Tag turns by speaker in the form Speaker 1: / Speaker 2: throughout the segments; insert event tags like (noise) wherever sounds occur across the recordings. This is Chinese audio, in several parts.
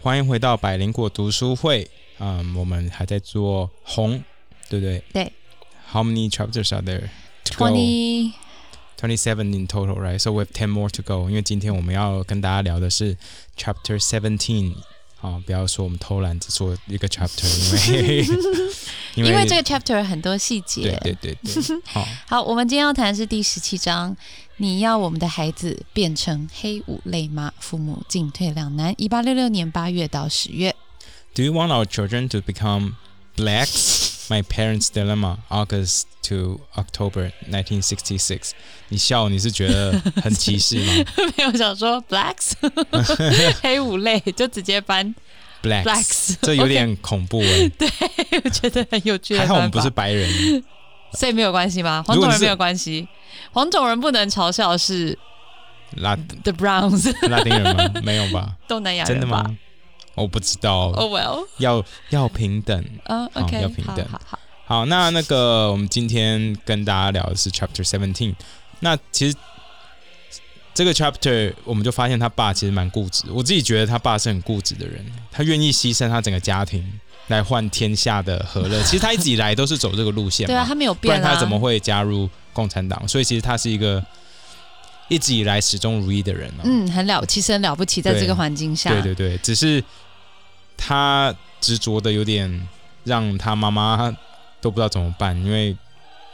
Speaker 1: 欢迎回到百灵果读书会。嗯，我们还在做红，对不对？
Speaker 2: 对。
Speaker 1: How many chapters are there? to go?
Speaker 2: Twenty
Speaker 1: Twenty-seven in total, right? So we have ten more to go. 因为今天我们要跟大家聊的是 Chapter Seventeen。好，不要说我们偷懒只做一个 Chapter，因为 (laughs) 因
Speaker 2: 因为这个 chapter 很多细
Speaker 1: 对
Speaker 2: 节。
Speaker 1: 对对对，
Speaker 2: (laughs)
Speaker 1: 好，
Speaker 2: 好，我们今天要谈的是第十七章。你要我们的孩子变成黑五类吗？父母进退两难。一八六六年八月到十月。 (laughs)
Speaker 1: Do you want our children to become blacks? My parents' dilemma, August to October 1966. 你笑，你是觉得很歧视吗
Speaker 2: 没有想说 blacks 黑五类，就直接搬
Speaker 1: (laughs) ？Blacks，,
Speaker 2: blacks
Speaker 1: 这有点恐怖 (laughs) 哎、
Speaker 2: 我觉得很有趣的
Speaker 1: 还
Speaker 2: 办法。
Speaker 1: 好我们不是白人，
Speaker 2: 所以没有关系吗？黄
Speaker 1: 如果
Speaker 2: 种
Speaker 1: 你
Speaker 2: 人
Speaker 1: 是
Speaker 2: 没有关系，黄种人不能嘲笑是
Speaker 1: 拉
Speaker 2: the browns (laughs)
Speaker 1: 拉丁人吗？ (laughs) 没有吧？
Speaker 2: 东南亚
Speaker 1: 真的
Speaker 2: 人吧？
Speaker 1: 吗？我不知道，
Speaker 2: ？Oh well，
Speaker 1: 要要平等。
Speaker 2: 嗯、
Speaker 1: 好
Speaker 2: o k
Speaker 1: 要平等
Speaker 2: 好好好，
Speaker 1: 好，那那个我们今天跟大家聊的是 Chapter Seventeen。那其实这个 Chapter 我们就发现他爸其实蛮固执，我自己觉得他爸是很固执的人，他愿意牺牲他整个家庭来换天下的和
Speaker 2: (laughs)
Speaker 1: 乐。其实他一直以来都是走这个路线
Speaker 2: 对啊，
Speaker 1: 嘛，
Speaker 2: 他没有
Speaker 1: 不然
Speaker 2: 变啊，
Speaker 1: 他怎么会加入共产党？所以其实他是一个一直以来始终如一的人啊。
Speaker 2: 嗯，很了，其实很了不起，在
Speaker 1: 对
Speaker 2: 这个环境下，
Speaker 1: 对对对，只是他执着的有点让他妈妈都不知道怎么办，因为。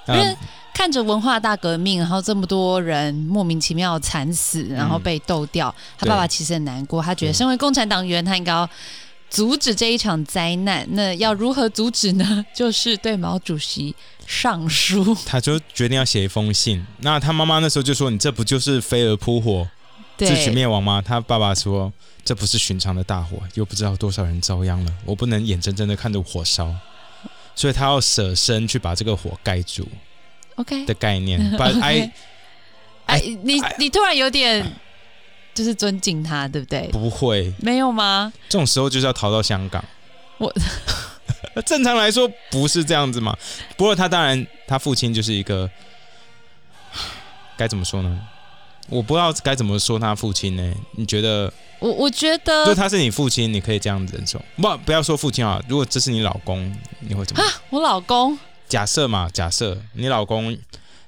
Speaker 1: 呃
Speaker 2: 因为看着文化大革命，然后这么多人莫名其妙惨死，然后被斗掉，
Speaker 1: 嗯
Speaker 2: 他
Speaker 1: 对
Speaker 2: 爸爸其实很难过，他觉得
Speaker 1: 对
Speaker 2: 身为共产党员，他应该要阻止这一场灾难。那要如何阻止呢？ (laughs) 就是对毛主席上书，
Speaker 1: 他就决定要写一封信。那他妈妈那时候就说：“你这不就是飞蛾扑火、自取
Speaker 2: 对，
Speaker 1: 灭亡吗？”他爸爸说：“这不是寻常的大火，又不知道多少人遭殃了，我不能眼睁睁的看着火烧。”所以他要舍身去把这个火盖住
Speaker 2: OK，
Speaker 1: 的概
Speaker 2: (laughs)
Speaker 1: 念。But I
Speaker 2: 哎，你你突然有点就是尊敬他，对不对？
Speaker 1: 不会，
Speaker 2: 没有吗？
Speaker 1: 这种时候就是要逃到香港。
Speaker 2: 我
Speaker 1: (laughs) 正常来说不是这样子嘛。不过他当然，他父亲就是一个该怎么说呢？我不知道该怎么说他父亲呢？你觉得？
Speaker 2: 我我觉得
Speaker 1: 就他是你父亲，你可以这样忍受。不，不要说父亲啊，如果这是你老公，你会怎么？
Speaker 2: 我老公
Speaker 1: 假设嘛，假设你老公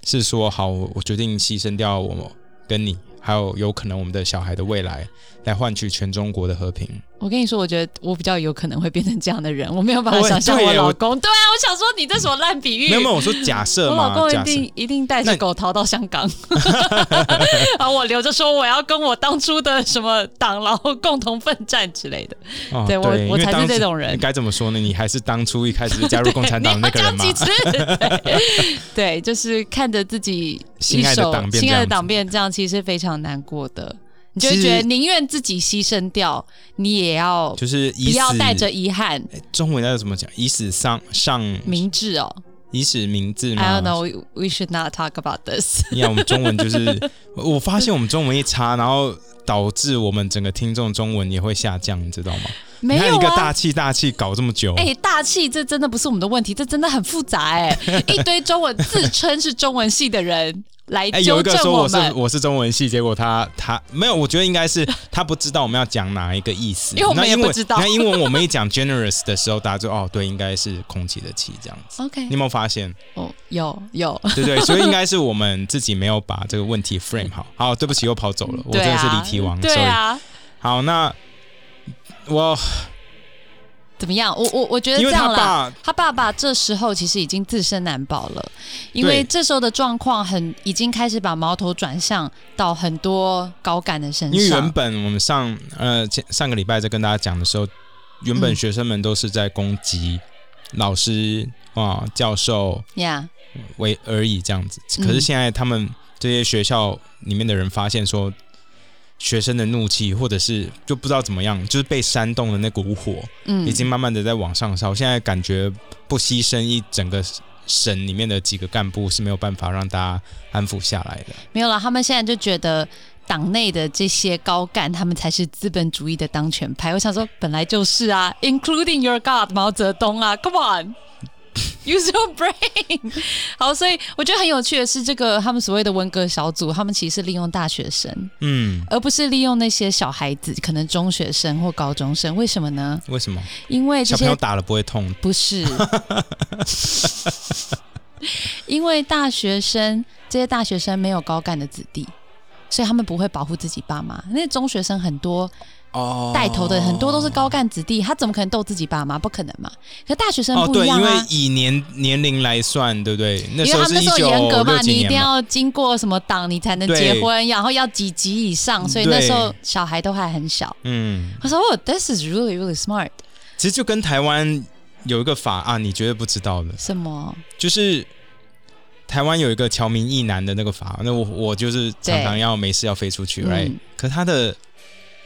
Speaker 1: 是说好，我我决定牺牲掉我们跟你，还有有可能我们的小孩的未来，来换取全中国的和平。
Speaker 2: 我跟你说，我觉得我比较有可能会变成这样的人，我没有办法
Speaker 1: 我
Speaker 2: 想象
Speaker 1: 哦对
Speaker 2: 我
Speaker 1: 耶
Speaker 2: 老
Speaker 1: 我
Speaker 2: 公。对啊，我想说你这什么烂比喻？
Speaker 1: 没有没有，我说假设
Speaker 2: 我老
Speaker 1: 嘛，
Speaker 2: 公一
Speaker 1: 假设
Speaker 2: 定一定带
Speaker 1: 那
Speaker 2: 着
Speaker 1: 你
Speaker 2: 狗逃到香港， (laughs) 然后我留着说我要跟我当初的什么党然后共同奋战之类的。
Speaker 1: 哦
Speaker 2: 对我
Speaker 1: 对
Speaker 2: 我
Speaker 1: 因为
Speaker 2: 才是
Speaker 1: 当时
Speaker 2: 这种人
Speaker 1: 你该怎么说呢？你还是当初一开始就加入共产
Speaker 2: (laughs)
Speaker 1: 党的那个人嘛
Speaker 2: 你要？讲几次？ (laughs) 对对，就是看着自己一
Speaker 1: 心爱的
Speaker 2: 手
Speaker 1: 党变这样子
Speaker 2: 心爱的党变这样，其实是非常难过的。你就会
Speaker 1: 其实
Speaker 2: 觉得宁愿自己牺牲掉，你也要
Speaker 1: 就是
Speaker 2: 不
Speaker 1: 以
Speaker 2: 要
Speaker 1: 死
Speaker 2: 带着遗憾，
Speaker 1: 中文要怎么讲？以死丧上，
Speaker 2: 明智哦。
Speaker 1: 以死明志吗？
Speaker 2: I don't know. We, we should not talk about this.
Speaker 1: 你看，我们中文就是，
Speaker 2: (laughs)
Speaker 1: 我发现我们中文一差，然后导致我们整个听众中文也会下降，你知道吗？
Speaker 2: 没
Speaker 1: 你看
Speaker 2: 有
Speaker 1: 一个
Speaker 2: 啊
Speaker 1: 大。气大气搞这么久，
Speaker 2: 哎、大气，这真的不是我们的问题，这真的很复杂
Speaker 1: (laughs)
Speaker 2: 哎、一堆中文自称是中文系的人来
Speaker 1: 哎、有
Speaker 2: 纠
Speaker 1: 一个
Speaker 2: 正
Speaker 1: 说我是
Speaker 2: 们，
Speaker 1: 我是中文系，结果他他没有，我觉得应该是他不知道我们要讲哪一个意思，
Speaker 2: 因为我们
Speaker 1: 那
Speaker 2: 也不
Speaker 1: 英文
Speaker 2: 知道
Speaker 1: 那英文我们一讲 generous 的时候，大家就哦对，应该是空气的气这样子。
Speaker 2: OK，
Speaker 1: 你有没有发
Speaker 2: (laughs)
Speaker 1: 现？
Speaker 2: 哦，有有，
Speaker 1: 对对，所以应该是我们自己没有把这个问题 frame 好。好，对不起，又跑走了，我真
Speaker 2: 对
Speaker 1: 的是离
Speaker 2: 啊
Speaker 1: 题王。
Speaker 2: 对
Speaker 1: sorry
Speaker 2: 啊，
Speaker 1: 好，那我
Speaker 2: 怎么样？我我我觉得
Speaker 1: 因
Speaker 2: 这
Speaker 1: 为他
Speaker 2: 样啦。
Speaker 1: 爸
Speaker 2: 他爸爸这时候其实已经自身难保了，因为
Speaker 1: 对
Speaker 2: 这时候的状况很已经开始把矛头转向到很多高干的身
Speaker 1: 因为原
Speaker 2: 上。
Speaker 1: 本我们上呃前上个礼拜在跟大家讲的时候，原本
Speaker 2: 嗯
Speaker 1: 学生们都是在攻击老师啊、教授
Speaker 2: Yeah，
Speaker 1: 为而已这样子，
Speaker 2: 嗯
Speaker 1: 可是现在他们这些学校里面的人发现说，学生的怒气或者是就不知道怎么样，就是被煽动的那股火，
Speaker 2: 嗯，
Speaker 1: 已经慢慢的在往上烧。现在感觉不牺牲一整个省里面的几个干部是没有办法让大家安抚下来的。
Speaker 2: 没有了，他们现在就觉得党内的这些高干，他们才是资本主义的当权派。我想说，本来就是啊，including your God 毛泽东啊，Come on，you (laughs) ，use your brain。好， (laughs) 所以我觉得很有趣的是，这个他们所谓的文革小组，他们其实是利用大学生，
Speaker 1: 嗯，
Speaker 2: 而不是利用那些小孩子，可能中学生或高中生。为什么呢？
Speaker 1: 为什么
Speaker 2: 因为这
Speaker 1: 小朋友
Speaker 2: 些
Speaker 1: 打了不会痛？
Speaker 2: 不是，因为大学生这些大学生没有高干的子弟。所以他们不会保护自己爸妈。那中学生很多
Speaker 1: 哦
Speaker 2: 带头的很多都是高干子弟，他怎么可能斗自己爸妈？不可能嘛！可大学生
Speaker 1: 哦，
Speaker 2: 不一
Speaker 1: 对，
Speaker 2: 样
Speaker 1: 因为
Speaker 2: 啊，
Speaker 1: 以年年龄来算，对不对？那
Speaker 2: 因
Speaker 1: 时
Speaker 2: 为
Speaker 1: 候
Speaker 2: 他们
Speaker 1: 是
Speaker 2: 那
Speaker 1: 一
Speaker 2: 时候
Speaker 1: 九
Speaker 2: 严格嘛，
Speaker 1: 六
Speaker 2: 你
Speaker 1: 几
Speaker 2: 一定
Speaker 1: 年嘛，
Speaker 2: 要经过什么党，你才能结婚，然后要几级以上，所以那时候小孩都还很小。
Speaker 1: 嗯，
Speaker 2: 他说：“哦、t h i s is really really smart。
Speaker 1: 其实就跟台湾有一个法啊，你绝对不知道的”，
Speaker 2: 什么？
Speaker 1: 就是台湾有一个侨民役男的那个法，那我我就是常常要没事要飞出去
Speaker 2: 嗯
Speaker 1: ，right？可他的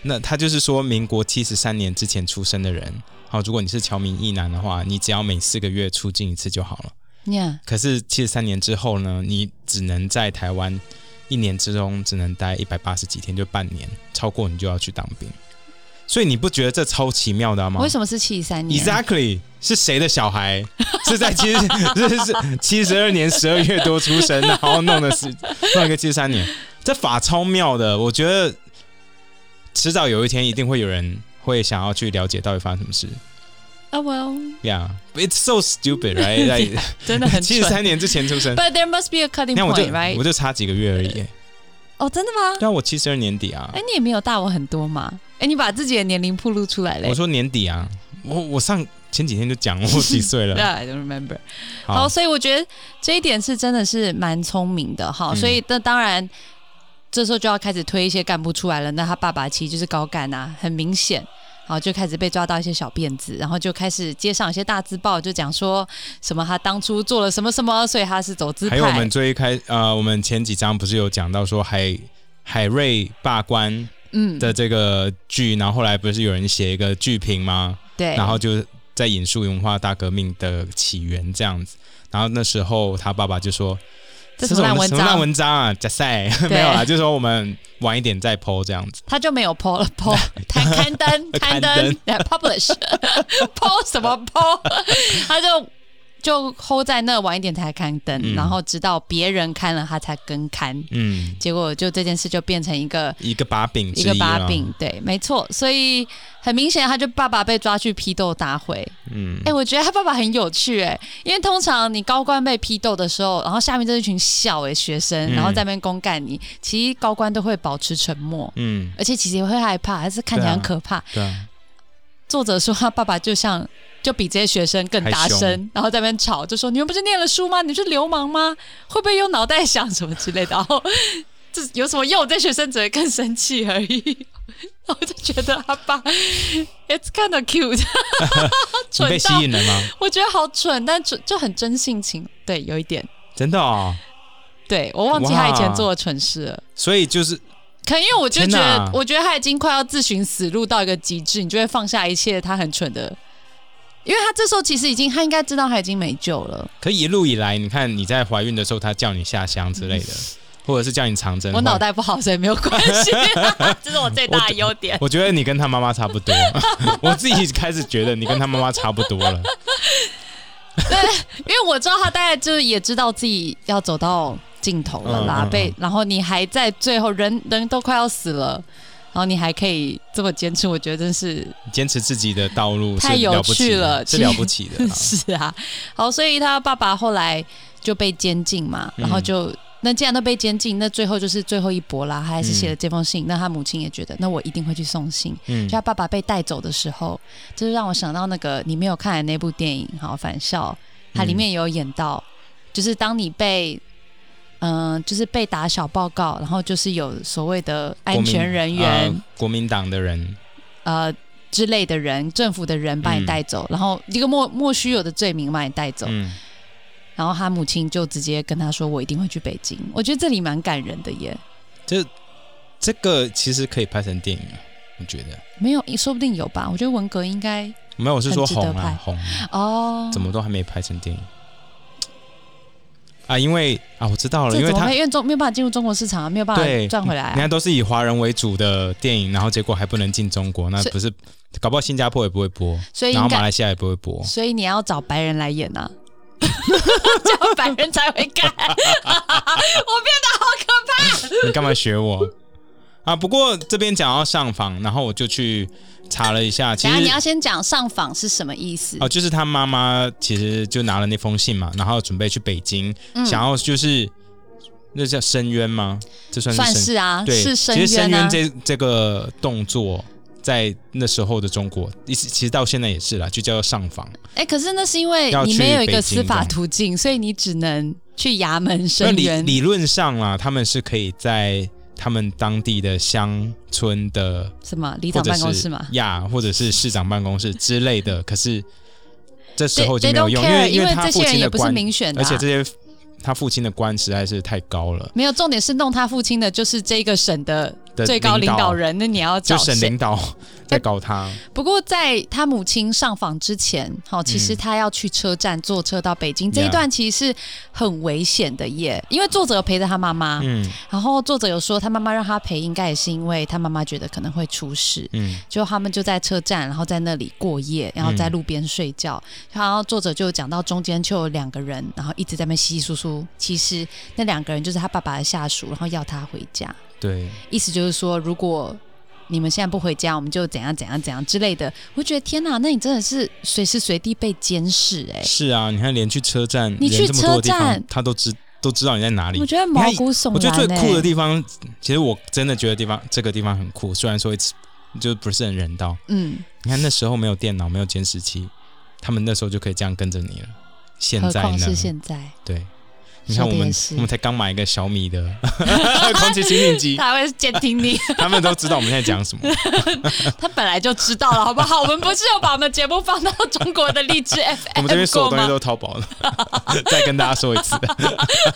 Speaker 1: 那他就是说，民国七十三年之前出生的人，好，如果你是侨民役男的话，你只要每四个月出境一次就好了。
Speaker 2: Yeah，
Speaker 1: 可是七十三年之后呢，你只能在台湾一年之中只能待一百八十几天，就半年，超过你就要去当兵。所以你不觉得这超奇妙的吗
Speaker 2: 为什么是七十三年？
Speaker 1: ？Exactly 是谁的小孩？ (laughs) 是在七十是是七十二年十二月多出
Speaker 2: (laughs)
Speaker 1: 生，然后弄的是弄一个七十三年，这法超妙的。我觉得迟早有一天一定会有人会想要去了解到底发生什么事。
Speaker 2: 啊、well，
Speaker 1: Yeah，it's so stupid,
Speaker 2: (laughs)
Speaker 1: right? Like (laughs)
Speaker 2: 真的很
Speaker 1: 七十
Speaker 2: 蠢。
Speaker 1: 三年之前出生，
Speaker 2: But there must be a cutting
Speaker 1: 那我就
Speaker 2: point, right？
Speaker 1: 我就差几个月而已耶。
Speaker 2: 哦真的吗？
Speaker 1: 对啊，我七十二年底啊
Speaker 2: (laughs) 哎、，你也没有大我很多嘛。哎、你把自己的年龄暴露出来嘞
Speaker 1: 我。说年底啊，我我上前几天就讲我几岁
Speaker 2: (laughs)
Speaker 1: 了。
Speaker 2: Yeah, I don't remember. 好，
Speaker 1: 啊好，
Speaker 2: 所以我觉得这一点是真的是蛮聪明的哈。
Speaker 1: 嗯
Speaker 2: 所以那当然，这时候就要开始推一些干部出来了。那他爸爸其实就是高干啊，很明显。好，就开始被抓到一些小辫子，然后就开始接上一些大字报，就讲说什么他当初做了什么什么，所以他是走资
Speaker 1: 还有我
Speaker 2: 派
Speaker 1: 们。最开呃，我们前几章不是有讲到说海海瑞罢官
Speaker 2: 嗯，
Speaker 1: 的这个剧，然后后来不是有人写一个剧评吗？
Speaker 2: 对。
Speaker 1: 然后就在引述文化大革命的起源这样子。然后那时候他爸爸就说：“
Speaker 2: 这
Speaker 1: 是
Speaker 2: 什么烂文
Speaker 1: 什么烂
Speaker 2: 章
Speaker 1: 文章啊，假赛 (laughs) 没有啦，就说我们晚一点再剖这样子。”
Speaker 2: 他就没有 po 了
Speaker 1: (laughs)
Speaker 2: po 刊刊登
Speaker 1: 刊
Speaker 2: 刊
Speaker 1: 登
Speaker 2: 登来 publish (laughs) po 什么 po，他 (laughs) 就就 hold 在那晚一点才刊登，
Speaker 1: 嗯
Speaker 2: 然后直到别人看了他才跟刊，
Speaker 1: 嗯，
Speaker 2: 结果就这件事就变成一个。
Speaker 1: 一个把柄之
Speaker 2: 一
Speaker 1: 一啦啊
Speaker 2: 个把柄，对，没错，所以很明显，他就爸爸被抓去批斗大会。
Speaker 1: 嗯
Speaker 2: 哎、，我觉得他爸爸很有趣、哎，因为通常你高官被批斗的时候，然后下面这一群小哎、学
Speaker 1: 嗯
Speaker 2: 生，然后在那边公干你，其实高官都会保持沉默，
Speaker 1: 嗯，
Speaker 2: 而且其实也会害怕，还是看起来很可怕。
Speaker 1: 对啊，
Speaker 2: 作者说他爸爸就像就比这些学生更大
Speaker 1: 还
Speaker 2: 声
Speaker 1: 凶，
Speaker 2: 然后在那边吵，就说你们不是念了书吗？你们是流氓吗？会不会用脑袋想什么之类的？然后这有什么用？这些学生只会更生气而已。 (laughs) 我就觉得他爸，it's kind of cute， (laughs)
Speaker 1: 你被
Speaker 2: 蠢
Speaker 1: 吸
Speaker 2: 到
Speaker 1: 引了吗？
Speaker 2: 我觉得好蠢，但蠢就很真性情，对，有一点，
Speaker 1: 真的哦，
Speaker 2: 对我忘记他以前
Speaker 1: 哇
Speaker 2: 做的蠢事了。
Speaker 1: 所以就是
Speaker 2: 可能因为我就
Speaker 1: 天
Speaker 2: 觉得
Speaker 1: 哪，
Speaker 2: 我觉得他已经快要自寻死路到一个极致，你就会放下一切，他很蠢的。因为他这时候其实已经，他应该知道他已经没救了。
Speaker 1: 可一路以来，你看你在怀孕的时候，他叫你下乡之类的，或者是叫你长征。
Speaker 2: 嗯我
Speaker 1: 或
Speaker 2: 脑，袋不好，所以没有关系， (laughs) 这是我最大的优点。
Speaker 1: 我觉得你跟他妈妈差不多。 (laughs) 我自己开始觉得你跟他妈妈差不多了。
Speaker 2: 因为我知道他大概就是也知道自己要走到尽头了
Speaker 1: 嗯
Speaker 2: 啦，
Speaker 1: 嗯嗯
Speaker 2: 被然后你还在最后人人都快要死了，然后你还可以这么坚持，我觉得真是
Speaker 1: 坚持自己的道路是
Speaker 2: 太有
Speaker 1: 了不起
Speaker 2: 趣了
Speaker 1: 的，是了不起的啦。
Speaker 2: (laughs) 是啊，好，所以他爸爸后来就被监禁嘛，
Speaker 1: 嗯
Speaker 2: 然后就、那既然都被监禁，那最后就是最后一搏啦，他还是写了这封信。那他母亲也觉得，那我一定会去送信。
Speaker 1: 嗯
Speaker 2: 就他爸爸被带走的时候，就是让我想到那个你没有看的那部电影《好返校》，它
Speaker 1: 嗯
Speaker 2: 里面也有演到，就是当你被。嗯，就是被打小报告，然后就是有所谓的安全人员
Speaker 1: 国民,、呃、国民党的人，
Speaker 2: 呃之类的人、政府的人把你
Speaker 1: 嗯
Speaker 2: 带走，然后一个莫莫须有的罪名把你带走，
Speaker 1: 嗯，
Speaker 2: 然后他母亲就直接跟他说：“我一定会去北京。”我觉得这里蛮感人的耶。
Speaker 1: 这个其实可以拍成电影，我觉得。
Speaker 2: 没有，说不定有吧。我觉得文革应该
Speaker 1: 没有，我是说
Speaker 2: 很值得
Speaker 1: 红
Speaker 2: 拍
Speaker 1: 啊红啊，
Speaker 2: 哦，
Speaker 1: 怎么都还没拍成电影啊？因为啊，我知道了，
Speaker 2: 这
Speaker 1: 因为
Speaker 2: 怎么
Speaker 1: 他
Speaker 2: 会因为中没有办法进入中国市场啊，没有办法
Speaker 1: 对
Speaker 2: 赚回来
Speaker 1: 人
Speaker 2: 啊、
Speaker 1: 家都是以华人为主的电影，然后结果还不能进中国，那
Speaker 2: 所以
Speaker 1: 不是搞不好新加坡也不会播，
Speaker 2: 所以
Speaker 1: 然后
Speaker 2: 应
Speaker 1: 马哦
Speaker 2: 该，
Speaker 1: 来西亚也不会播。
Speaker 2: 所以你要找白人来演啊。 (laughs) 只有白人才会干。我变得好可怕。
Speaker 1: 你干嘛学
Speaker 2: (laughs)
Speaker 1: 我？啊，不过这边讲到上访，然后我就去查了一下，其
Speaker 2: 等一下你
Speaker 1: 实
Speaker 2: 要先讲上访是什么意思？
Speaker 1: 哦，就是他妈妈其实就拿了那封信嘛，然后准备去北京，
Speaker 2: 嗯
Speaker 1: 想要就是那叫申冤吗？这算是
Speaker 2: 算
Speaker 1: 申
Speaker 2: 是啊，
Speaker 1: 对，
Speaker 2: 是
Speaker 1: 其
Speaker 2: 深
Speaker 1: 实申
Speaker 2: 渊啊
Speaker 1: 冤。这这个动作。在那时候的中国，一直其实到现在也是啦，就叫上访。
Speaker 2: 哎，可是那是因为
Speaker 1: 要
Speaker 2: 你
Speaker 1: 去
Speaker 2: 没有一个
Speaker 1: 北京
Speaker 2: 司法
Speaker 1: 的
Speaker 2: 途径，所以你只能去衙门
Speaker 1: 那
Speaker 2: 申
Speaker 1: 理
Speaker 2: 冤。
Speaker 1: 理论上啦，他们是可以在他们当地的乡村的
Speaker 2: 什么里
Speaker 1: 或
Speaker 2: 长
Speaker 1: 者
Speaker 2: 办
Speaker 1: 是
Speaker 2: 公室嘛？
Speaker 1: 呀或者是市长办公室之类的。可是这时
Speaker 2: They-
Speaker 1: 候就没有
Speaker 2: they don't
Speaker 1: 用，因
Speaker 2: care，
Speaker 1: 为
Speaker 2: 因为
Speaker 1: 他
Speaker 2: 这些
Speaker 1: 父亲
Speaker 2: 人也
Speaker 1: 的
Speaker 2: 不是
Speaker 1: 官，
Speaker 2: 民选的
Speaker 1: 而
Speaker 2: 啊
Speaker 1: 且这些他父亲的官实在是太高了，
Speaker 2: 没有，重点是弄他父亲的就是这个省的
Speaker 1: 的
Speaker 2: 最高
Speaker 1: 领
Speaker 2: 领
Speaker 1: 导
Speaker 2: 导人，那你要
Speaker 1: 就
Speaker 2: 找
Speaker 1: 省
Speaker 2: 谁？
Speaker 1: 领
Speaker 2: (laughs)
Speaker 1: 导在搞他。
Speaker 2: 不过在他母亲上访之前，好，其实他要去车站坐车到北京，这
Speaker 1: 嗯
Speaker 2: 一
Speaker 1: Yeah
Speaker 2: 段其实是很危险的耶，因为作者有陪着他妈妈，
Speaker 1: 嗯
Speaker 2: 然后作者有说他妈妈让他陪，应该也是因为他妈妈觉得可能会出事。
Speaker 1: 嗯，
Speaker 2: 就他们就在车站，然后在那里过夜，然后在路边睡觉。
Speaker 1: 嗯
Speaker 2: 然后作者就讲到中间就有两个人，然后一直在那边稀稀疏疏。其实那两个人就是他爸爸的下属，然后要他回家，
Speaker 1: 对，
Speaker 2: 意思就是说，如果你们现在不回家，我们就怎样怎样怎样之类的。我就觉得天哪，那你真的是随时随地被监视哎、
Speaker 1: 是啊，你看连去车站，
Speaker 2: 你去
Speaker 1: 人这么多的地
Speaker 2: 车
Speaker 1: 方
Speaker 2: 站，
Speaker 1: 他都知都知道你在哪里
Speaker 2: 我。觉得毛骨悚然、欸。
Speaker 1: 我觉得最酷的地方，其实我真的觉得地方这个地方很酷，虽然说 it's- 就不是很人道。
Speaker 2: 嗯，
Speaker 1: 你看那时候没有电脑，没有监视器，他们那时候就可以这样跟着你了。现
Speaker 2: 何
Speaker 1: 在
Speaker 2: 况
Speaker 1: 呢？
Speaker 2: 是现在，
Speaker 1: 对，你看我
Speaker 2: 说得
Speaker 1: 们
Speaker 2: 也是
Speaker 1: 我们才刚买一个小米
Speaker 2: (laughs)
Speaker 1: 的空气清净机，
Speaker 2: 他还会监听
Speaker 1: (laughs)
Speaker 2: 你。
Speaker 1: 他们都知道我们在讲
Speaker 2: (laughs)
Speaker 1: 什么。
Speaker 2: 他本来就知道了，好不好？我们不是有把我们节目放到中国的荔枝 FM
Speaker 1: (laughs) 我们这边所有
Speaker 2: 过
Speaker 1: 东西
Speaker 2: 吗
Speaker 1: 都淘宝的， (laughs) 再跟大家说一次， (laughs)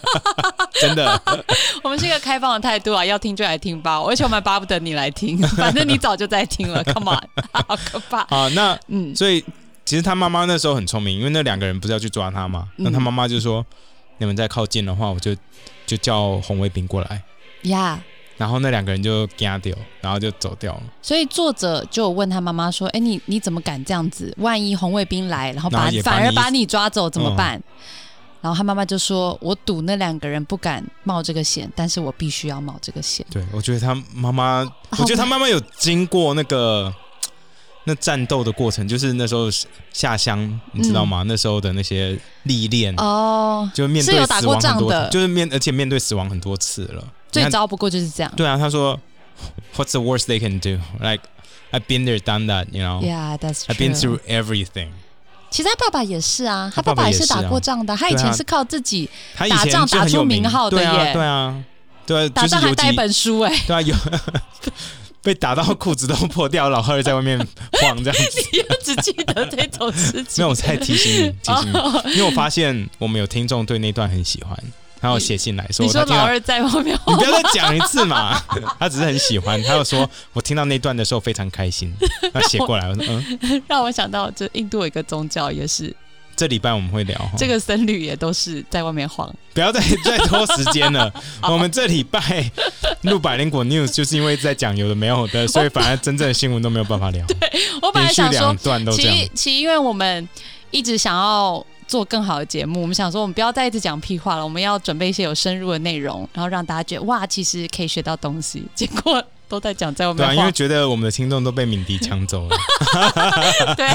Speaker 1: 真的。
Speaker 2: (laughs) 我们是一个开放的态度啊，要听就来听吧，而且我们巴不得你来听， (laughs) 反正你早就在听 (laughs) 了，Come on，好可怕。
Speaker 1: 啊，那
Speaker 2: 嗯
Speaker 1: 所以其实他妈妈那时候很聪明，因为那两个人不是要去抓他嘛，
Speaker 2: 嗯
Speaker 1: 那他妈妈就说：“你们再靠近的话，我就就叫红卫兵过来。
Speaker 2: 呀”
Speaker 1: 然后那两个人就惊掉，然后就走掉了，
Speaker 2: 所以作者就有问他妈妈说：“哎、你你怎么敢这样子？万一红卫兵来，然后
Speaker 1: 然
Speaker 2: 把
Speaker 1: 后也把
Speaker 2: 反而
Speaker 1: 你嗯
Speaker 2: 把你抓走怎么办？”然后他妈妈就说：“我赌那两个人不敢冒这个险，但是我必须要冒这个险。
Speaker 1: 对我觉得他妈妈，我觉得他妈妈有经过那个那战斗的过程，就是那时候下乡，你知道吗？那时候的那些历练”，
Speaker 2: 嗯哦，
Speaker 1: 就面
Speaker 2: 是
Speaker 1: 对
Speaker 2: 有打
Speaker 1: 死
Speaker 2: 过
Speaker 1: 亡很
Speaker 2: 仗
Speaker 1: 多
Speaker 2: 的，
Speaker 1: 就是面而且面对死亡很多次了。你
Speaker 2: 最
Speaker 1: 看
Speaker 2: 糟不过就是这样。
Speaker 1: 对啊，他说，What's the worst they can do? Like I've been there, done that, you know.
Speaker 2: Yeah，that's true。
Speaker 1: I've been through everything。
Speaker 2: 其实他爸爸也是啊，他
Speaker 1: 他爸
Speaker 2: 爸
Speaker 1: 爸
Speaker 2: 爸也
Speaker 1: 也
Speaker 2: 是
Speaker 1: 是啊
Speaker 2: 打过仗的，他以
Speaker 1: 对啊
Speaker 2: 前是靠自己
Speaker 1: 他以
Speaker 2: 打
Speaker 1: 前
Speaker 2: 仗
Speaker 1: 就
Speaker 2: 打
Speaker 1: 很
Speaker 2: 出
Speaker 1: 有
Speaker 2: 名号的
Speaker 1: 对啊，
Speaker 2: 耶
Speaker 1: 对啊，对啊，
Speaker 2: 打
Speaker 1: 就是
Speaker 2: 仗还
Speaker 1: 游
Speaker 2: 带一
Speaker 1: 击，
Speaker 2: 本书哎、
Speaker 1: 对啊，有被打到裤子都破掉，老二在外面晃这样
Speaker 2: (laughs)
Speaker 1: 子。
Speaker 2: 你就只记得这种事情。
Speaker 1: 没有，我在提醒你，提醒
Speaker 2: 哦
Speaker 1: 你，因为我发现我们有听众对那段很喜欢，然后写信来说，
Speaker 2: 你说
Speaker 1: 他听
Speaker 2: 老
Speaker 1: 到。
Speaker 2: 二在后面 (laughs)
Speaker 1: 你
Speaker 2: 晃
Speaker 1: 不，要再讲一次嘛！ (laughs) 他只是很喜欢，他又说，我听到那段的时候非常开心。他写过来，我说，嗯，
Speaker 2: 让我想到这印度有一个宗教也是，
Speaker 1: 这礼拜我们会聊哈。
Speaker 2: 这个僧侣也都是在外面晃。
Speaker 1: 不要再 (laughs) 再拖时间
Speaker 2: (laughs)
Speaker 1: 了。我们这礼拜录百灵果 news 就是因为在讲有的没有的，所以反而真正的新闻都没有办法聊。
Speaker 2: 我本
Speaker 1: 连
Speaker 2: 来
Speaker 1: 续
Speaker 2: 想说
Speaker 1: 两，段都这样
Speaker 2: 其，其因为我们一直想要。做更好的节目，我们想说，我们不要再一直讲屁话了，我们要准备一些有深入的内容，然后让大家觉得哇，其实可以学到东西。结果都在讲在外
Speaker 1: 对啊，
Speaker 2: 面
Speaker 1: 因为
Speaker 2: 晃，
Speaker 1: 觉得我们的听众都被敏迪抢走了。
Speaker 2: 对，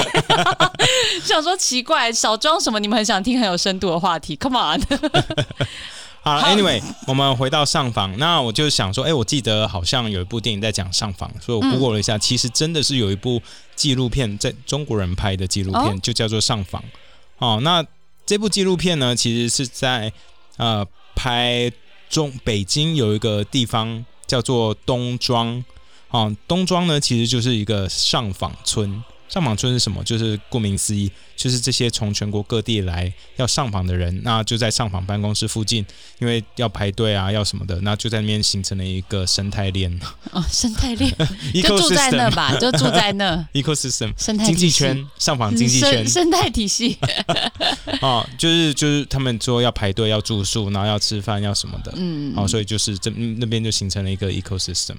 Speaker 2: 想说奇怪，少装什么？你们很想听很有深度的话题，Come
Speaker 1: (laughs)
Speaker 2: on，
Speaker 1: 好
Speaker 2: 好
Speaker 1: ，Anyway，我们回到上访，那我就想说，哎、我记得好像有一部电影在讲上访，所以我
Speaker 2: 嗯
Speaker 1: Google 了一下，其实真的是有一部纪录片，在中国人拍的纪录片，
Speaker 2: 哦
Speaker 1: 就叫做《上访》。哦，那这部纪录片呢，其实是在呃拍中北京有一个地方叫做东庄，哦，东庄呢其实就是一个上访村。上访村是什么？就是顾名思义，就是这些从全国各地来要上访的人，那就在上访办公室附近，因为要排队啊，要什么的，那就在那边形成了一个生态链
Speaker 2: 哦，生态链 (laughs) 就住在那
Speaker 1: ，ecosystem
Speaker 2: 吧，就住在那
Speaker 1: ecosystem
Speaker 2: 生态
Speaker 1: 经济
Speaker 2: 体系
Speaker 1: 圈上访啊
Speaker 2: (laughs)
Speaker 1: 经济圈
Speaker 2: 生生态
Speaker 1: (laughs)
Speaker 2: 体系。
Speaker 1: 啊，就是就是他们说要排队要住宿，然后要吃饭要什么的，
Speaker 2: 嗯，
Speaker 1: 哦，所以就是这嗯那边就形成了一个 ecosystem。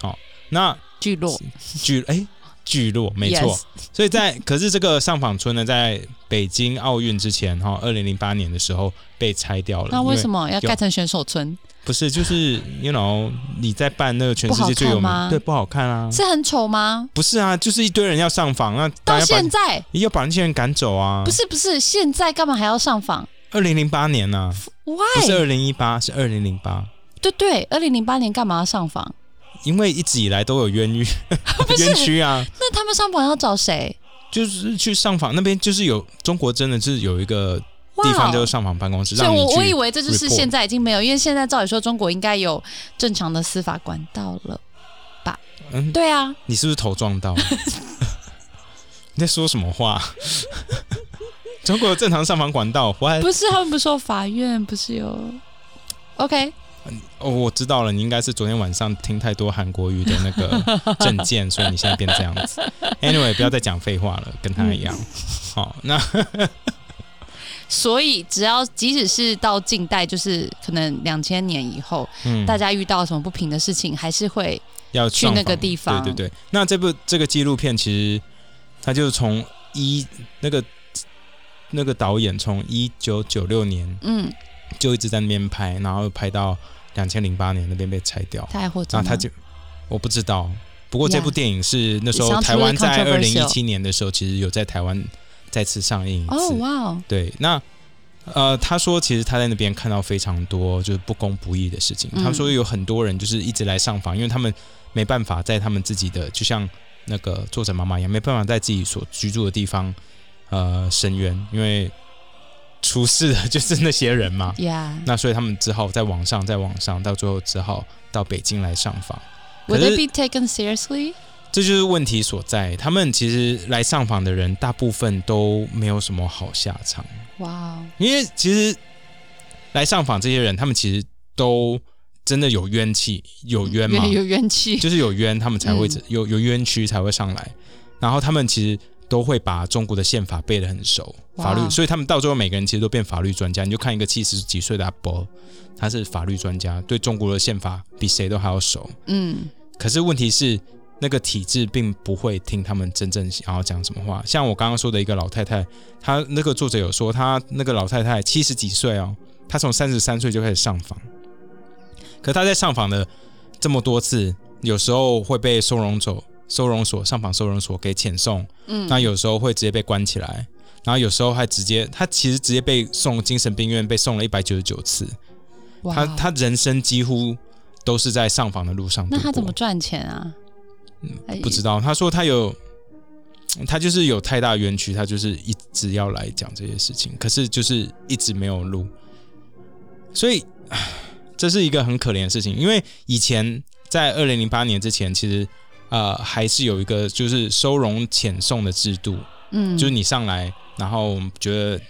Speaker 1: 好，那
Speaker 2: (laughs) 聚落
Speaker 1: 举哎哦聚落，没错。
Speaker 2: Yes
Speaker 1: 所以在可是这个上访村呢，在北京奥运之前哈，二零零八年的时候被拆掉了。
Speaker 2: 那为什
Speaker 1: 么
Speaker 2: 么要
Speaker 1: 有
Speaker 2: 盖成选手村？
Speaker 1: 不是？就是 you know 你在办那个全世界最有
Speaker 2: 不好看
Speaker 1: 名，
Speaker 2: 吗
Speaker 1: 对，不好看啊。
Speaker 2: 是很丑吗？
Speaker 1: 不是啊，就是一堆人要上访，那
Speaker 2: 到
Speaker 1: 大家把
Speaker 2: 现在
Speaker 1: 要把那些人赶走啊。
Speaker 2: 不，是不是，现在干嘛还要上访
Speaker 1: 二零零八年呐、不是
Speaker 2: ？Why？
Speaker 1: 二零一八，是二零零八，
Speaker 2: 对对，二零零八年干嘛要上访？
Speaker 1: 因为一直以来都有
Speaker 2: (laughs)
Speaker 1: 冤狱、
Speaker 2: 是
Speaker 1: 冤屈啊。
Speaker 2: 那他们上访要找谁？
Speaker 1: 就是去上访那边，就是有中国真的是有一个
Speaker 2: 哇
Speaker 1: 地
Speaker 2: 哦
Speaker 1: 方叫做上访办公室，
Speaker 2: 所以
Speaker 1: 让你
Speaker 2: 我我以
Speaker 1: 去。
Speaker 2: 为这就是
Speaker 1: report
Speaker 2: 现在已经没有，因为现在照理说中国应该有正常的司法管道了。
Speaker 1: 嗯，
Speaker 2: 对啊，
Speaker 1: 你是不是头撞
Speaker 2: (laughs)
Speaker 1: 到？你在说什么话？ (laughs) 中国有正常上访管道，我还
Speaker 2: 不是他们不说法院不是有？OK，
Speaker 1: 哦，我知道了，你应该是昨天晚上听太多韩国语的那个证
Speaker 2: (laughs)
Speaker 1: 件，所以你现在变这样子。Anyway，不要再讲废话了，跟他一样。
Speaker 2: 嗯
Speaker 1: 好，那
Speaker 2: 所以只要即使是到近代，就是可能两千年以后，
Speaker 1: 嗯，
Speaker 2: 大家遇到什么不平的事情，还是会
Speaker 1: 要
Speaker 2: 去那
Speaker 1: 上
Speaker 2: 个
Speaker 1: 访
Speaker 2: 地方
Speaker 1: 对对对，那这部这个纪录片其实它就是从一那个那个导演从一九九六年
Speaker 2: 嗯，
Speaker 1: 就一直在那边拍，然后拍到两千零八年那边被拆掉，
Speaker 2: 他还活着
Speaker 1: 然
Speaker 2: 吗。
Speaker 1: 后他就我不知道。不过这部
Speaker 2: Yeah
Speaker 1: 电影是那时
Speaker 2: It
Speaker 1: 候
Speaker 2: sounds
Speaker 1: 台湾在二
Speaker 2: really
Speaker 1: 零
Speaker 2: controversial
Speaker 1: 一七年的时候，其实有在台湾再次上映一次。
Speaker 2: 哦哇哦，
Speaker 1: 对，那呃，他说其实他在那边看到非常多就是不公不义的事情。
Speaker 2: 嗯
Speaker 1: 他说有很多人就是一直来上访，因为他们没办法在他们自己的，就像那个作者妈妈一样，没办法在自己所居住的地方呃申冤，因为出事的就是那些人嘛。
Speaker 2: 呀，
Speaker 1: 那所以他们只好在网上，在网上，到最后只好到北京来上访。可
Speaker 2: Would
Speaker 1: 是
Speaker 2: it be taken seriously？
Speaker 1: 这就是问题所在。他们其实来上访的人，大部分都没有什么好下场。
Speaker 2: 哇哦，
Speaker 1: 因为其实来上访这些人，他们其实都真的有冤气，有冤
Speaker 2: (laughs)
Speaker 1: 嘛，
Speaker 2: 有冤气。
Speaker 1: 就是有冤，他们才会、
Speaker 2: 嗯
Speaker 1: 有有冤屈才会上来。然后他们其实都会把中国的宪法背得很熟，法
Speaker 2: 哇
Speaker 1: 律，所以他们到最后每个人其实都变法律专家。你就看一个七十几岁的阿伯，他是法律专家，对中国的宪法比谁都还要熟。
Speaker 2: 嗯，
Speaker 1: 可是问题是，那个体制并不会听他们真正想要讲什么话。像我刚刚说的一个老太太，她那个作者有说，她那个老太太七十几岁哦，她从三十三岁就开始上访，可她在上访的这么多次，有时候会被收容所、收容所上访收容所给遣送，嗯，那有时候会直接被关起来。然后有时候还直接，她其实直接被送精神病院，被送了一百九十九次。
Speaker 2: 哇
Speaker 1: 她
Speaker 2: 哦，
Speaker 1: 她人生几乎都是在上访的路上度
Speaker 2: 那
Speaker 1: 过。
Speaker 2: 他怎么赚钱啊？哎
Speaker 1: 嗯不知道，他说他有，他就是有太大冤屈，他就是一直要来讲这些事情，可是就是一直没有录，所以唉这是一个很可怜的事情。因为以前在二零零八年之前，其实呃还是有一个就是收容遣送的制度，
Speaker 2: 嗯，
Speaker 1: 就是你上来，然后我们觉得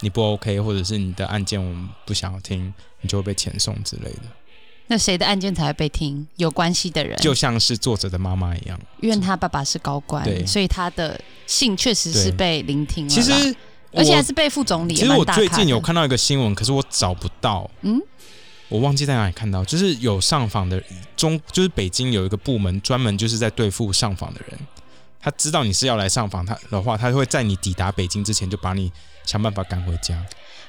Speaker 1: 你不 OK，或者是你的案件我们不想要听，你就会被遣送之类的，
Speaker 2: 那谁的案件才会被听？有关系的人，
Speaker 1: 就像是作者的妈妈一样。
Speaker 2: 因为他爸爸是高
Speaker 1: 对
Speaker 2: 官，所以他的信确实是
Speaker 1: 对
Speaker 2: 被聆听了
Speaker 1: 其
Speaker 2: 啦。
Speaker 1: 实。
Speaker 2: 嗯啊而且还是被副总理。
Speaker 1: 其实
Speaker 2: 蛮
Speaker 1: 我
Speaker 2: 大
Speaker 1: 最
Speaker 2: 咖的
Speaker 1: 近有看到一个新闻，可是我找不到，
Speaker 2: 嗯，
Speaker 1: 我忘记在哪里看到，就是有上访的中，就是北京有一个部门专门就是在对付上访的人。他知道你是要来上访他的话，他会在你抵达北京之前就把你想办法赶回家。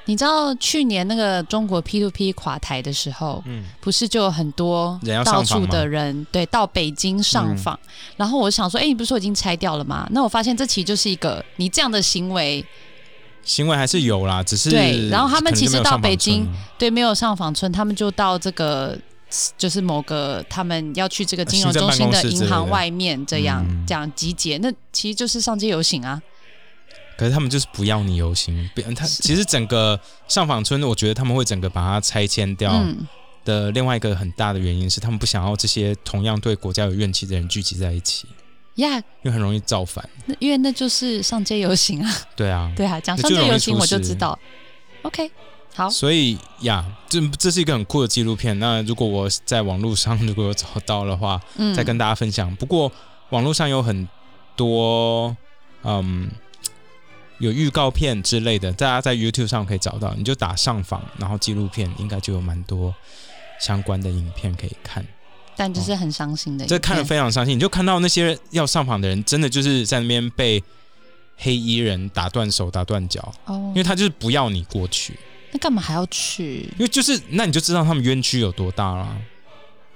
Speaker 2: 你知道去年那个中国 P to P 垮台的时候，
Speaker 1: 嗯，
Speaker 2: 不是就有很多
Speaker 1: 人要上
Speaker 2: 到
Speaker 1: 访
Speaker 2: 处
Speaker 1: 吗嗯
Speaker 2: 的人对到北京上访，然后我想说，哎、你不是说已经拆掉了吗？那我发现这其实就是一个你这样的行为，
Speaker 1: 行为还是有啦，只是
Speaker 2: 对然后他们
Speaker 1: 可能就
Speaker 2: 其实
Speaker 1: 没有上
Speaker 2: 到北
Speaker 1: 访村
Speaker 2: 京
Speaker 1: 了
Speaker 2: 对，没有上访村，他们就到这个就是某个他们要去这个金融中心的银行外面这样
Speaker 1: 嗯
Speaker 2: 这样集结，那其实就是上街游行啊，
Speaker 1: 可是他们就是不要你游行，别他
Speaker 2: 是
Speaker 1: 其实整个上访村，我觉得他们会整个把它拆迁掉。
Speaker 2: 嗯，
Speaker 1: 的另外一个很大的原因是，他们不想要这些同样对国家有怨气的人聚集在一起，
Speaker 2: 呀、
Speaker 1: 因为很容易造反。
Speaker 2: 那因为那就是上街游行啊，
Speaker 1: 对啊，
Speaker 2: 对啊，讲
Speaker 1: 那
Speaker 2: 上
Speaker 1: 就
Speaker 2: 街
Speaker 1: 容易
Speaker 2: 游行
Speaker 1: 出
Speaker 2: 我就
Speaker 1: 事
Speaker 2: 知道，OK，好，
Speaker 1: 所以呀，这这是一个很酷的纪录片。那如果我在网络上如果有找到的话，
Speaker 2: 嗯，
Speaker 1: 再跟大家分享。不过网络上有很多嗯有预告片之类的，大家在 YouTube 上可以找到，你就打上访，然后纪录片应该就有蛮多相关的影片可以看。
Speaker 2: 但就是很伤心的一
Speaker 1: 哦这
Speaker 2: 片。
Speaker 1: 看得非常伤心。你就看到那些要上访的人，真的就是在那边被黑衣人打断手、打断脚，
Speaker 2: 哦
Speaker 1: 因，为他就是不要你过去，
Speaker 2: 那干嘛还要去
Speaker 1: 因为就是那你就知道他们冤屈有多大啦。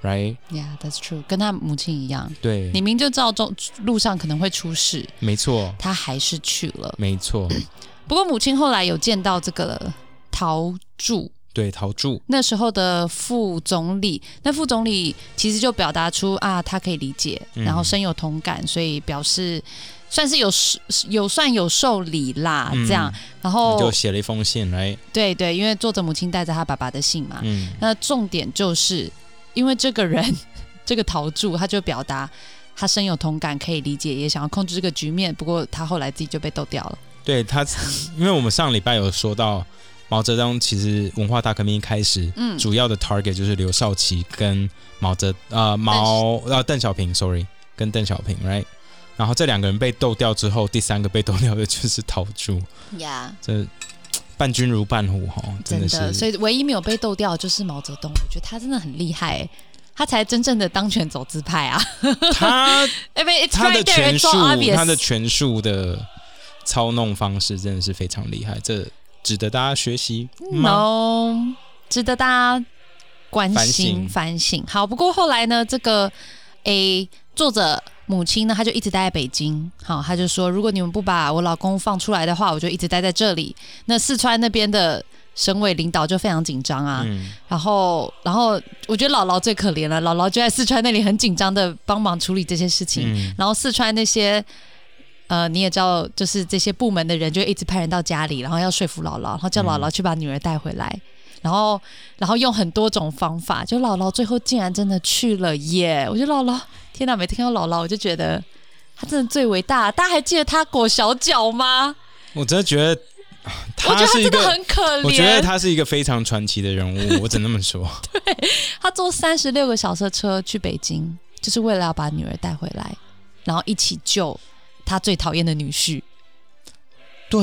Speaker 1: Right？
Speaker 2: ？Yeah，that's true，跟他母亲一样，
Speaker 1: 对
Speaker 2: 你，明就知道中路上可能会出事，
Speaker 1: 没错，
Speaker 2: 他还是去了。
Speaker 1: 没错，
Speaker 2: 不过母亲后来有见到这个陶铸，
Speaker 1: 对，陶铸，
Speaker 2: 那时候的副总理，那副总理其实就表达出啊，他可以理解，
Speaker 1: 嗯
Speaker 2: 然后深有同感，所以表示算是有有算有受理啦，
Speaker 1: 嗯
Speaker 2: 这样。然
Speaker 1: 你就
Speaker 2: 后
Speaker 1: 写了一封信来，
Speaker 2: 对对，因为作者母亲带着他爸爸的信嘛，
Speaker 1: 嗯，
Speaker 2: 那重点就是因为这个人这个陶铸，他就表达。他深有同感，可以理解，也想要控制这个局面。不过他后来自己就被斗掉了。
Speaker 1: 对他，因为我们上礼拜有说到。毛泽东其实文化大革命一开始，
Speaker 2: 嗯，
Speaker 1: 主要的 target 就是刘少奇跟毛泽呃毛呃邓小平，sorry，跟邓小平，right？然后这两个人被斗掉之后，第三个被斗掉的就是陶铸，
Speaker 2: 呀、
Speaker 1: 这伴君如伴虎哈，真
Speaker 2: 真
Speaker 1: 的
Speaker 2: 的，
Speaker 1: 是
Speaker 2: 所以唯一没有被斗掉的就是毛泽东，我觉得他真的很厉害欸、他才真正的当权走资派啊！ (laughs)
Speaker 1: 他
Speaker 2: 哎，被 it's
Speaker 1: 他的
Speaker 2: right
Speaker 1: 权
Speaker 2: there, it's
Speaker 1: 术
Speaker 2: so，obvious。
Speaker 1: 他的权术的操弄方式真的是非常厉害，这值得大家学习吗？
Speaker 2: no，值哦得大家关
Speaker 1: 反
Speaker 2: 心
Speaker 1: 省
Speaker 2: 反省。好，不过后来呢，这个 A 作者母亲呢，她就一直待在北京。好，她就说，如果你们不把我老公放出来的话，我就一直待在这里。那四川那边的省委领导就非常紧张啊。
Speaker 1: 嗯，
Speaker 2: 然后，然后我觉得姥姥最可怜了，姥姥就在四川那里很紧张的帮忙处理这些事情。
Speaker 1: 嗯
Speaker 2: 然后四川那些，呃，你也知道，就是这些部门的人就一直派人到家里，然后要说服姥姥，然后叫姥姥去把女儿带回来，然后，然后用很多种方法，就姥姥最后竟然真的去了耶！我觉得姥姥，天哪，每次看到姥姥，我就觉得她真的最伟大。大家还记得她裹小脚吗？
Speaker 1: 我真的觉得啊
Speaker 2: 我觉得
Speaker 1: 他
Speaker 2: 她
Speaker 1: 是一
Speaker 2: 真的
Speaker 1: 个，
Speaker 2: 很可怜。
Speaker 1: 我觉得他是一个非常传奇的人物，我只能这么说。
Speaker 2: 他坐三十六个小时的车去北京，就是为了要把女儿带回来，然后一起救他最讨厌的女婿。哇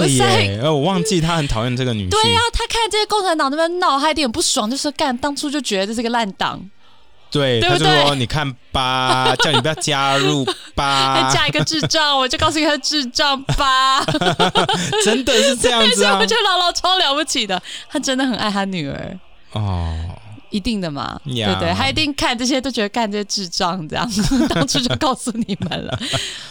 Speaker 1: 对
Speaker 2: 塞
Speaker 1: 耶，呃，我忘记他很讨厌这个女婿。
Speaker 2: 对呀、啊他看这些共产党那边闹，他一定很不爽，就说干，当初就觉得这是个烂党，
Speaker 1: 对，
Speaker 2: 对
Speaker 1: 他
Speaker 2: 不
Speaker 1: 就说你看
Speaker 2: (laughs)
Speaker 1: 吧，叫你不要加入
Speaker 2: 还 (laughs)
Speaker 1: 吧，
Speaker 2: 哎嫁一个智障，我就告诉你他智障吧。
Speaker 1: 真的是这样
Speaker 2: 但是
Speaker 1: 子啊
Speaker 2: (laughs) 我。觉得姥姥超了不起的，她真的很爱她女儿，
Speaker 1: 哦，
Speaker 2: 一定的嘛
Speaker 1: 呀
Speaker 2: 对不对？她一定看这些都觉得干这些智障这样， (laughs) 当初就告诉你们了。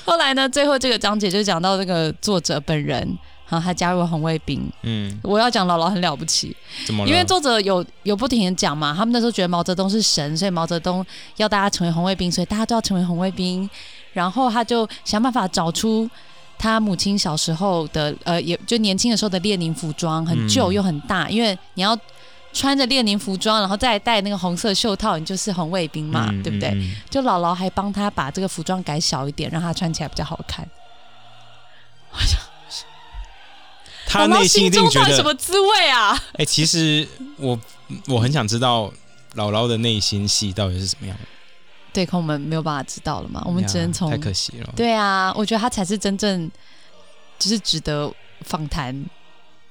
Speaker 2: 后来呢，最后这个章节就讲到那个作者本人，然后他加入了红卫兵。
Speaker 1: 嗯，
Speaker 2: 我要讲姥姥很了不起，
Speaker 1: 怎么了？
Speaker 2: 因为作者有有不停的讲嘛，他们那时候觉得毛泽东是神，所以毛泽东要大家成为红卫兵，所以大家都要成为红卫兵。然后他就想办法找出他母亲小时候的，呃，也就年轻的时候的列宁服装，很旧
Speaker 1: 嗯
Speaker 2: 又很大，因为你要穿着列宁服装，然后再戴那个红色袖套，你就是红卫兵嘛，
Speaker 1: 嗯
Speaker 2: 对不对？
Speaker 1: 嗯嗯
Speaker 2: 就姥姥还帮他把这个服装改小一点，让他穿起来比较好看。
Speaker 1: 他
Speaker 2: 姥姥
Speaker 1: 内心一
Speaker 2: 心
Speaker 1: 定
Speaker 2: 中
Speaker 1: 觉
Speaker 2: 到底什
Speaker 1: 得，
Speaker 2: 么滋味啊？
Speaker 1: 哎，其实我我很想知道姥姥的内心戏到底是怎么样。
Speaker 2: 对，可我们没有办法知道了嘛，啊我们只能
Speaker 1: 呀
Speaker 2: 从
Speaker 1: 太可惜了。
Speaker 2: 对啊，我觉得他才是真正就是值得访谈，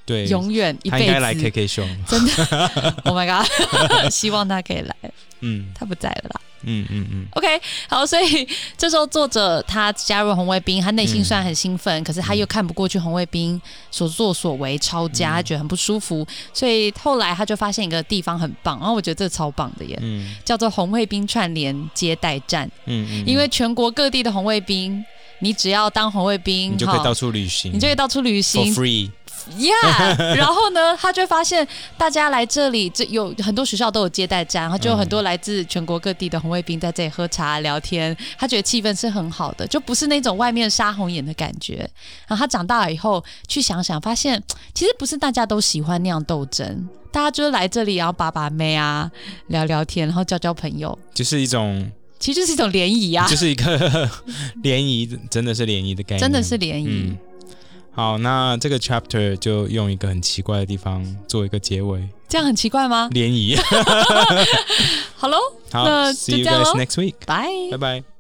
Speaker 1: 对，
Speaker 2: 永远一
Speaker 1: 他应该
Speaker 2: 辈
Speaker 1: 来
Speaker 2: 子。
Speaker 1: KK 兄。
Speaker 2: 真的 (laughs) ，Oh my god！希 (laughs) 望他可以来，
Speaker 1: 嗯
Speaker 2: 他不在了啦。
Speaker 1: 嗯嗯嗯，
Speaker 2: OK，好，所以这时候作者他加入红卫兵，他内心
Speaker 1: 嗯
Speaker 2: 虽然很兴奋，可是他又看不过去红卫兵所作所为抄
Speaker 1: 嗯
Speaker 2: 家，他觉得很不舒服，所以后来他就发现一个地方很棒，然后我觉得这超棒的耶，
Speaker 1: 嗯
Speaker 2: 叫做红卫兵串联接待站，
Speaker 1: 嗯嗯，
Speaker 2: 因为全国各地的红卫兵，你只要当红卫兵，
Speaker 1: 你就可以
Speaker 2: 哈
Speaker 1: 到处旅行，
Speaker 2: 你就会到处旅
Speaker 1: for
Speaker 2: 行
Speaker 1: free。
Speaker 2: ，Yeah。然后呢，他就会发现大家来这里，这有很多学校都有接待站，然后就有很多来自全国各地的红卫兵在这里喝茶聊天，他觉得气氛是很好的，就不是那种外面杀红眼的感觉。然后他长大了以后去想想，发现其实不是大家都喜欢那样斗争。大家就是来这里，然后把把妹啊，聊聊天，然后交交朋友，
Speaker 1: 就是一种，
Speaker 2: 其实就是一种联谊啊，
Speaker 1: 就是一个联谊，真的是联谊的概念，
Speaker 2: 真的是联谊。
Speaker 1: 嗯，好，那这个 chapter 就用一个很奇怪的地方做一个结尾，
Speaker 2: 这样很奇怪吗？ (laughs)
Speaker 1: 联谊。
Speaker 2: 好喽，
Speaker 1: 好
Speaker 2: 那
Speaker 1: ，see
Speaker 2: 就
Speaker 1: you
Speaker 2: 这样
Speaker 1: guys
Speaker 2: 咯
Speaker 1: next week，
Speaker 2: 拜。
Speaker 1: 拜拜。